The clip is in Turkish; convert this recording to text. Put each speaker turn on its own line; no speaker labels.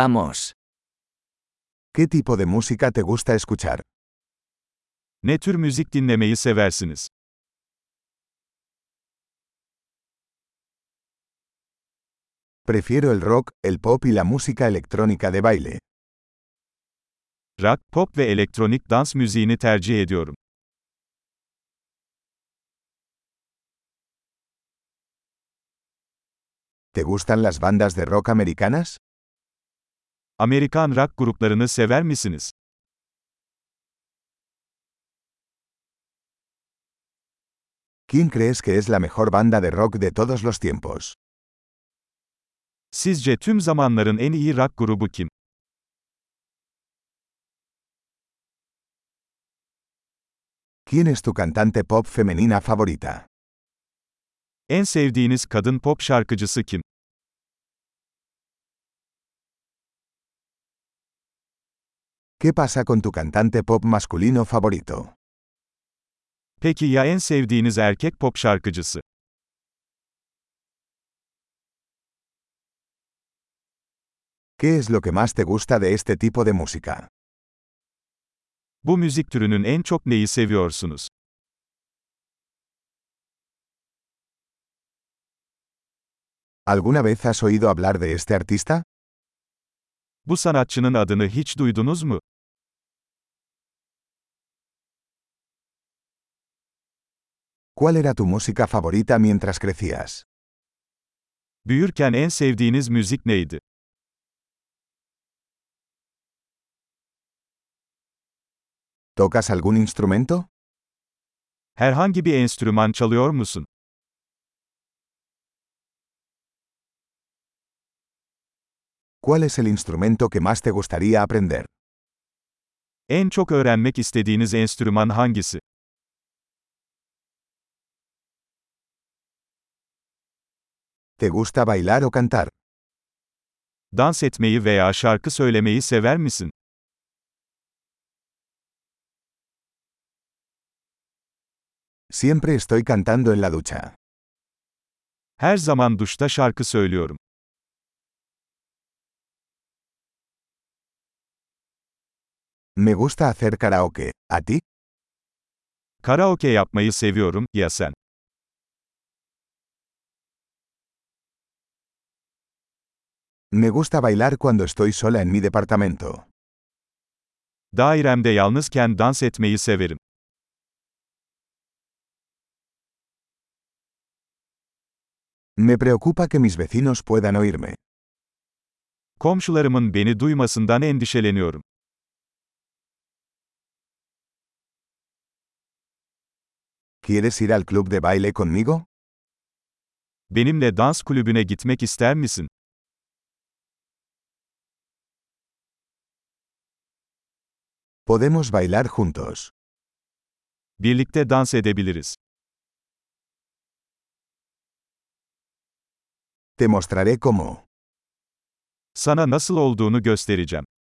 Vamos.
¿Qué tipo de música te gusta escuchar?
Ne tür müzik dinlemeyi seversiniz?
Prefiero el rock, el pop y la música electrónica de baile.
Rock, pop ve elektronik dans müziğini tercih ediyorum.
¿Te gustan las bandas de rock americanas?
Amerikan rock gruplarını sever misiniz?
¿Quién crees que es la mejor banda de rock de todos los tiempos?
Sizce tüm zamanların en iyi rock grubu kim?
¿Quién es tu cantante pop femenina favorita?
En sevdiğiniz kadın pop şarkıcısı kim?
¿Qué pasa con tu cantante pop masculino favorito?
Peki ya en sevdiğiniz erkek pop şarkıcısı?
¿Qué es lo que más te gusta de este tipo de música?
Bu müzik türünün en çok neyi seviyorsunuz?
¿Alguna vez has oído hablar de este artista?
Bu sanatçının adını hiç duydunuz mu?
¿Cuál era tu música favorita mientras crecías?
Büyürken en sevdiğiniz müzik neydi?
¿Tocas algún instrumento?
Herhangi bir enstrüman çalıyor musun?
¿Cuál es el instrumento que más te gustaría aprender?
En çok öğrenmek istediğiniz enstrüman hangisi?
¿Te gusta bailar o cantar?
Dans etmeyi veya şarkı söylemeyi sever misin?
Siempre estoy cantando en la ducha.
Her zaman duşta şarkı söylüyorum.
Me gusta hacer karaoke. ¿A ti?
Karaoke yapmayı seviyorum, ya sen?
Me gusta bailar cuando estoy sola en mi departamento.
Dairemde yalnızken dans etmeyi severim.
Me preocupa que mis vecinos puedan oírme.
Komşularımın beni duymasından endişeleniyorum.
¿Quieres ir al club de baile conmigo?
Benimle dans kulübüne gitmek ister misin?
Podemos bailar juntos.
Birlikte dans edebiliriz.
Te mostraré cómo.
Sana nasıl olduğunu göstereceğim.